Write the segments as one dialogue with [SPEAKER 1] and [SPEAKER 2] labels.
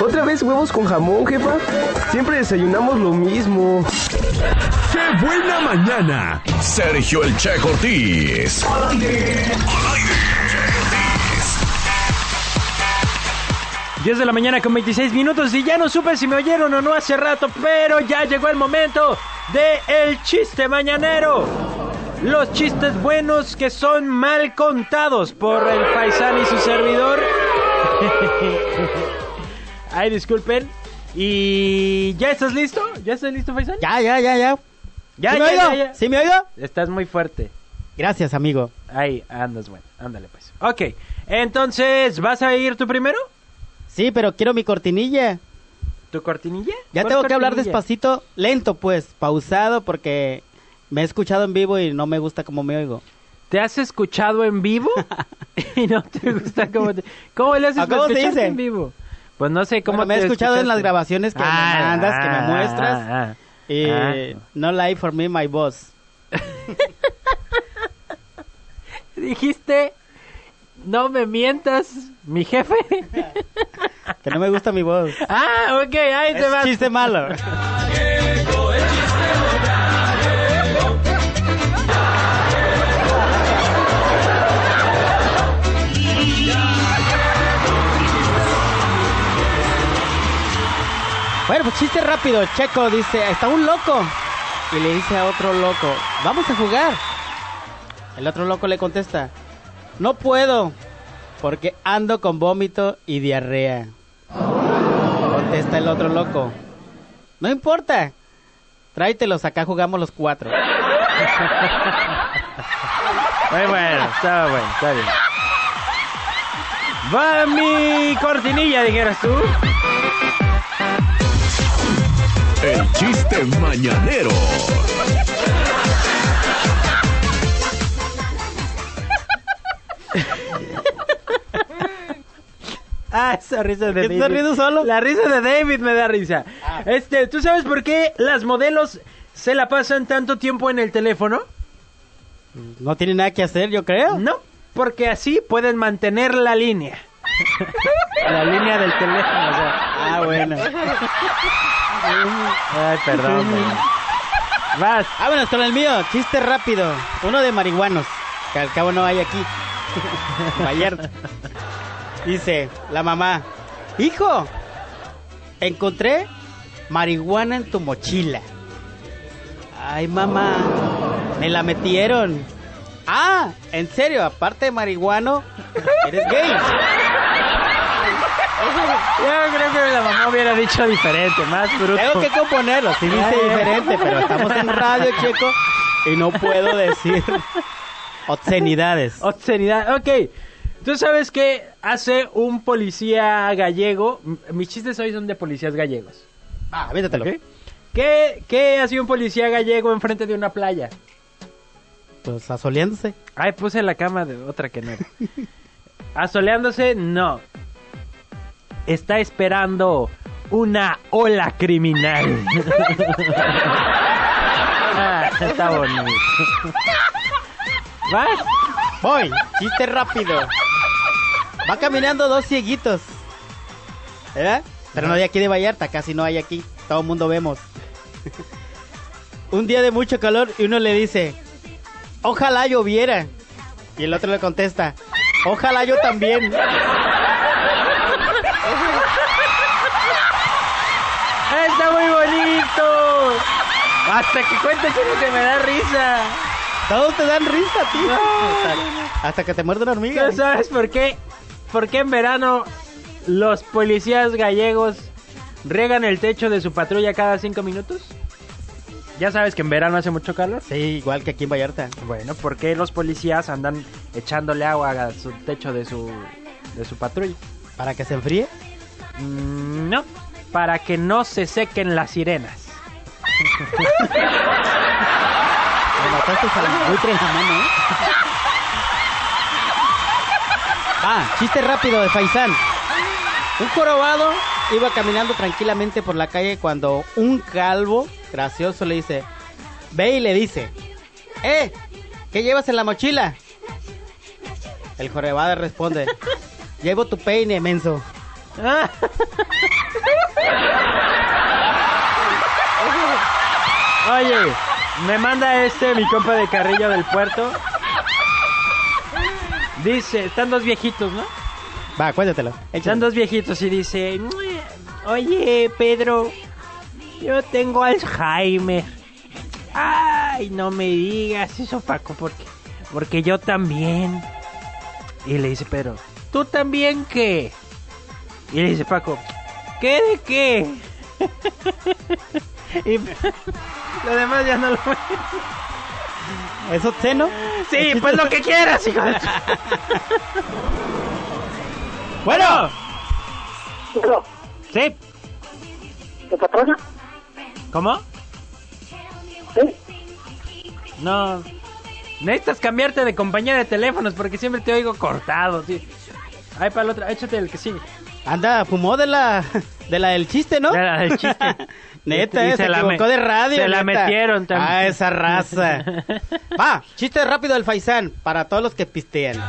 [SPEAKER 1] otra vez huevos con jamón, jefa? Siempre desayunamos lo mismo.
[SPEAKER 2] ¡Qué buena mañana!
[SPEAKER 3] Sergio el Che Cortés. Che
[SPEAKER 4] 10 de la mañana con 26 minutos y ya no supe si me oyeron o no hace rato, pero ya llegó el momento de el chiste mañanero. Los chistes buenos que son mal contados por el paisano y su servidor. Ay, disculpen. Y ya estás listo? ¿Ya estás listo, Faisán?
[SPEAKER 5] Ya, ya, ya, ya.
[SPEAKER 4] Ya, ya,
[SPEAKER 5] ¿Sí me
[SPEAKER 4] ya,
[SPEAKER 5] oigo?
[SPEAKER 4] ya.
[SPEAKER 5] ¿Sí me oigo?
[SPEAKER 4] Estás muy fuerte.
[SPEAKER 5] Gracias, amigo.
[SPEAKER 4] Ahí, andas bueno. Ándale pues. Ok. Entonces, ¿vas a ir tú primero?
[SPEAKER 5] Sí, pero quiero mi cortinilla.
[SPEAKER 4] ¿Tu cortinilla?
[SPEAKER 5] Ya
[SPEAKER 4] ¿Cuál
[SPEAKER 5] tengo que hablar
[SPEAKER 4] cortinilla?
[SPEAKER 5] despacito, lento pues, pausado, porque me he escuchado en vivo y no me gusta cómo me oigo.
[SPEAKER 4] ¿Te has escuchado en vivo? y no te gusta cómo te... ¿Cómo le haces
[SPEAKER 5] ¿Ah, cómo
[SPEAKER 4] para
[SPEAKER 5] se
[SPEAKER 4] escucharte
[SPEAKER 5] dice?
[SPEAKER 4] en vivo? Pues no sé cómo
[SPEAKER 5] Bueno, me he
[SPEAKER 4] te
[SPEAKER 5] escuchado en
[SPEAKER 4] escuchaste?
[SPEAKER 5] las grabaciones que me mandas, que me muestras.
[SPEAKER 4] ah,
[SPEAKER 5] Y
[SPEAKER 4] Ah.
[SPEAKER 5] no lie for me, my boss.
[SPEAKER 4] ah. Dijiste, no me mientas, mi jefe.
[SPEAKER 5] Que no me gusta mi voz.
[SPEAKER 4] ah, ok, ahí te
[SPEAKER 5] es
[SPEAKER 4] vas.
[SPEAKER 5] chiste malo. Bueno, pues chiste rápido. Checo dice, está un loco. Y le dice a otro loco, vamos a jugar. El otro loco le contesta, no puedo, porque ando con vómito y diarrea. Contesta el otro loco, no importa, tráetelos, acá jugamos los cuatro.
[SPEAKER 4] Muy bueno, está bueno, está bien. Va mi cortinilla, dijeras tú.
[SPEAKER 3] El chiste mañanero.
[SPEAKER 4] Ah, esa risa de
[SPEAKER 5] ¿Qué
[SPEAKER 4] David.
[SPEAKER 5] te estás riendo solo? Ah.
[SPEAKER 4] La risa de David me da risa. Este, ¿tú sabes por qué las modelos se la pasan tanto tiempo en el teléfono?
[SPEAKER 5] No tiene nada que hacer, yo creo.
[SPEAKER 4] No, porque así pueden mantener la línea. la línea del teléfono, o sea.
[SPEAKER 5] Ah, bueno.
[SPEAKER 4] Ay, perdón. perdón. Vas.
[SPEAKER 5] Vámonos Ah, con el mío, chiste rápido. Uno de marihuanos, que al cabo no hay aquí. Vallarta. Dice la mamá, hijo, encontré marihuana en tu mochila. Ay, mamá, me la metieron. Ah, en serio, aparte de marihuano, eres gay.
[SPEAKER 4] Yo creo que la mamá hubiera dicho diferente, más bruto.
[SPEAKER 5] Tengo que componerlo, sí dice
[SPEAKER 4] Ay,
[SPEAKER 5] diferente, pero estamos en radio, chico, y no puedo decir obscenidades.
[SPEAKER 4] Obscenidad, ok. Tú sabes qué hace un policía gallego. M- Mis chistes hoy son de policías gallegos.
[SPEAKER 5] Ah, aviéntatelo.
[SPEAKER 4] ¿Qué, qué hacía un policía gallego enfrente de una playa?
[SPEAKER 5] Pues asoleándose.
[SPEAKER 4] Ay, puse la cama de otra que no era. Asoleándose, no. Está esperando una ola criminal. Ah, está bonito. ¿Vas?
[SPEAKER 5] Voy, chiste rápido. Va caminando dos cieguitos. ¿Verdad? Pero no hay aquí de Vallarta, casi no hay aquí. Todo el mundo vemos. Un día de mucho calor y uno le dice, ojalá lloviera. Y el otro le contesta, ojalá yo también.
[SPEAKER 4] Ah, Está muy bonito. Hasta que cuentes uno que me da risa.
[SPEAKER 5] Todos te dan risa, tío.
[SPEAKER 4] No,
[SPEAKER 5] Hasta, hasta que te muerde una hormiga.
[SPEAKER 4] ¿Tú sabes por qué? ¿Por qué en verano los policías gallegos riegan el techo de su patrulla cada cinco minutos? Ya sabes que en verano hace mucho calor.
[SPEAKER 5] Sí, igual que aquí en Vallarta.
[SPEAKER 4] Bueno, ¿por qué los policías andan echándole agua a su techo de su, de su patrulla?
[SPEAKER 5] Para que se enfríe.
[SPEAKER 4] Mm, No, para que no se sequen las sirenas.
[SPEAKER 5] Me mataste a la buitre en la mano, ¿eh? Ah, chiste rápido de Faisán. Un jorobado iba caminando tranquilamente por la calle cuando un calvo gracioso le dice, ve y le dice, ¡Eh! ¿Qué llevas en la mochila? El jorobado responde, llevo tu peine, menso.
[SPEAKER 4] Ah, Oye, me manda este mi compa de Carrillo del Puerto. Dice, están dos viejitos, ¿no?
[SPEAKER 5] Va, cuéntatelo.
[SPEAKER 4] Están dos viejitos y dice, oye Pedro, yo tengo Alzheimer. Ay, no me digas eso Paco, porque, porque yo también. Y le dice Pedro, ¿tú también qué? Y le dice Paco, ¿qué de qué? y lo demás ya no lo fue.
[SPEAKER 5] ¿Es obsceno?
[SPEAKER 4] Sí, pues lo que quieras, hijo de tu- Bueno,
[SPEAKER 6] Pero,
[SPEAKER 4] sí,
[SPEAKER 6] ¿De patrona?
[SPEAKER 4] ¿cómo?
[SPEAKER 6] Sí.
[SPEAKER 4] No. Necesitas cambiarte de compañía de teléfonos porque siempre te oigo cortado, tío. Ay, para el otro, échate el que sigue.
[SPEAKER 5] Anda, fumó de la, de la del chiste, ¿no?
[SPEAKER 4] De la del chiste.
[SPEAKER 5] neta,
[SPEAKER 4] Y
[SPEAKER 5] eh,
[SPEAKER 4] se
[SPEAKER 5] se,
[SPEAKER 4] la
[SPEAKER 5] equivocó
[SPEAKER 4] me-
[SPEAKER 5] de radio.
[SPEAKER 4] se la
[SPEAKER 5] neta.
[SPEAKER 4] metieron también.
[SPEAKER 5] Ah, esa raza. Va, chiste rápido del Faisán para todos los que pistean.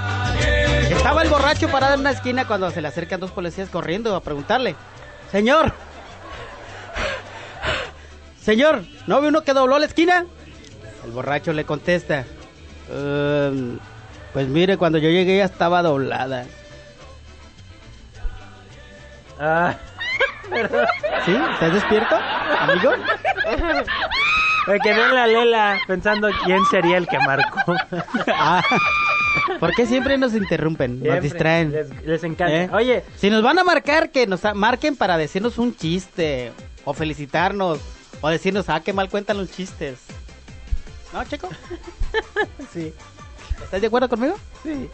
[SPEAKER 5] Estaba el borracho parado en una esquina cuando se le acercan dos policías corriendo a preguntarle. Señor. Señor, ¿no vio uno que dobló la esquina? El borracho le contesta. "Ehm, pues mire, cuando yo llegué ya estaba doblada.
[SPEAKER 4] Ah,
[SPEAKER 5] ¿Sí? ¿Estás despierto, amigo?
[SPEAKER 4] me quedé en la lela pensando quién sería el que marcó.
[SPEAKER 5] Ah, ¿Por qué siempre nos interrumpen?
[SPEAKER 4] Siempre
[SPEAKER 5] nos distraen.
[SPEAKER 4] Les, les encanta.
[SPEAKER 5] ¿Eh?
[SPEAKER 4] Oye,
[SPEAKER 5] Si nos van a marcar, que nos a- marquen para decirnos un chiste. O felicitarnos. O decirnos, ah, qué mal cuentan los chistes. ¿No, Checo?
[SPEAKER 4] sí,
[SPEAKER 5] ¿Estás de acuerdo conmigo?
[SPEAKER 4] sí.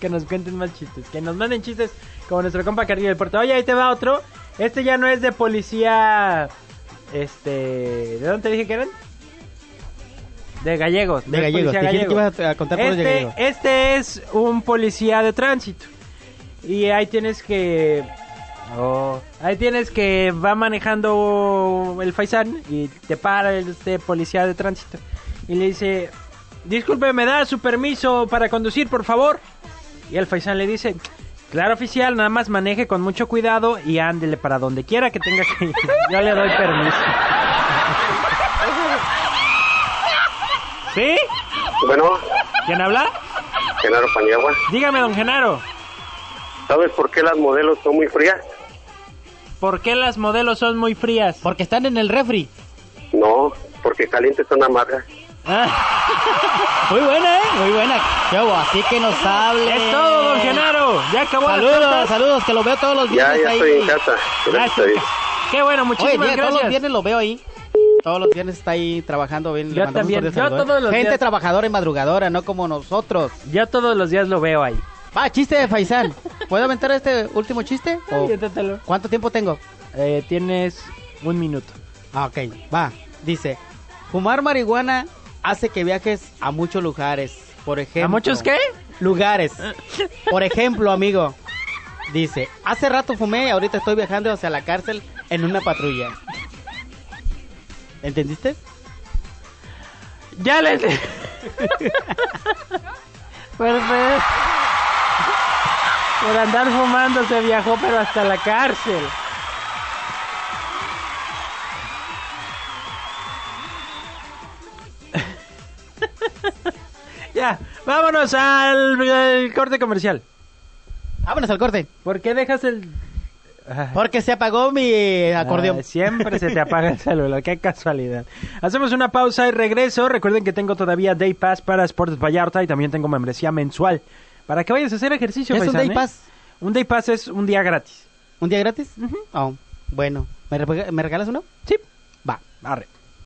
[SPEAKER 4] Que nos cuenten más chistes. Que nos manden chistes como nuestro compa Carrillo del Puerto. Oye, ahí te va otro. Este ya no es de policía. Este. ¿De dónde te dije que eran? De gallegos. no
[SPEAKER 5] De
[SPEAKER 4] es
[SPEAKER 5] gallegos. Te
[SPEAKER 4] policía
[SPEAKER 5] dije que
[SPEAKER 4] gallego.
[SPEAKER 5] ibas a a contar por los de
[SPEAKER 4] Este,
[SPEAKER 5] gallegos.
[SPEAKER 4] este es un policía de tránsito. Y ahí tienes que. oh, Ahí tienes que va manejando el Faisán y te para este policía de tránsito. Y le dice: Disculpe, ¿me da su permiso para conducir, por favor? Y el Faisán le dice: Claro, oficial, nada más maneje con mucho cuidado y ándele para donde quiera que tenga que ir. Yo le doy permiso. ¿Sí?
[SPEAKER 7] Bueno,
[SPEAKER 4] ¿Quién habla?
[SPEAKER 7] Genaro Paniagua,
[SPEAKER 4] Dígame, don Genaro,
[SPEAKER 7] ¿sabes por qué las modelos son muy frías?
[SPEAKER 4] ¿por qué las modelos son muy frías?
[SPEAKER 5] Porque están en el refri.
[SPEAKER 7] No, porque calientes son amargas.
[SPEAKER 4] Ah,
[SPEAKER 5] Muy buena, ¿eh? Muy buena. Qué guapo, Así que nos hable.
[SPEAKER 4] es todo, don Genaro. Ya acabó la
[SPEAKER 5] Saludos, saludos, que lo veo todos los
[SPEAKER 7] Ya,
[SPEAKER 5] viernes
[SPEAKER 7] ya
[SPEAKER 5] ahí.
[SPEAKER 7] estoy en casa. Gracias a
[SPEAKER 4] Gracias.
[SPEAKER 7] Dios.
[SPEAKER 4] Qué bueno,
[SPEAKER 5] Oye,
[SPEAKER 4] muchísimas
[SPEAKER 5] mira, todos los
[SPEAKER 4] gracias.
[SPEAKER 5] viernes lo veo ahí. Todos los viernes está ahí trabajando bien. le
[SPEAKER 4] Yo
[SPEAKER 5] mandamos
[SPEAKER 4] también,
[SPEAKER 5] un
[SPEAKER 4] yo
[SPEAKER 5] cordial saludo, ¿eh?
[SPEAKER 4] todos los
[SPEAKER 5] Gente
[SPEAKER 4] días.
[SPEAKER 5] trabajadora y madrugadora, no como nosotros.
[SPEAKER 4] Ya todos los días lo veo ahí.
[SPEAKER 5] Va, chiste de Faisán. ¿Puedo aventar este último chiste? ¿O
[SPEAKER 4] Inténtalo.
[SPEAKER 5] ¿Cuánto tiempo tengo?
[SPEAKER 4] Oh. Eh, tienes un minuto.
[SPEAKER 5] Ah, ok, va. Dice, fumar marihuana hace que viajes a muchos lugares. Por ejemplo.
[SPEAKER 4] ¿A muchos qué? Ah.
[SPEAKER 5] Lugares. Por ejemplo, amigo. Dice, hace rato fumé y ahorita estoy viajando hacia la cárcel en una patrulla. ¿Entendiste?
[SPEAKER 4] Ya les... por, por- pues. por andar fumando se viajó, pero hasta la cárcel. ya, vámonos al, al corte comercial.
[SPEAKER 5] Vámonos al corte.
[SPEAKER 4] ¿Por qué dejas el
[SPEAKER 5] Porque se apagó mi acordeón.
[SPEAKER 4] Ah, siempre se te apaga el celular, qué casualidad. Hacemos una pausa y regreso. Recuerden que tengo todavía Day Pass para Sports Vallarta y también tengo membresía mensual. Para que vayas a hacer ejercicio,
[SPEAKER 5] ¿Es un
[SPEAKER 4] paisán,
[SPEAKER 5] Day
[SPEAKER 4] ¿eh?
[SPEAKER 5] Pass?
[SPEAKER 4] Un Day Pass es un día gratis.
[SPEAKER 5] Ah, ¿Un día gratis? Oh, bueno. ¿Me rega- ¿Me regalas uno?
[SPEAKER 4] Sí,
[SPEAKER 5] Va.
[SPEAKER 4] arre.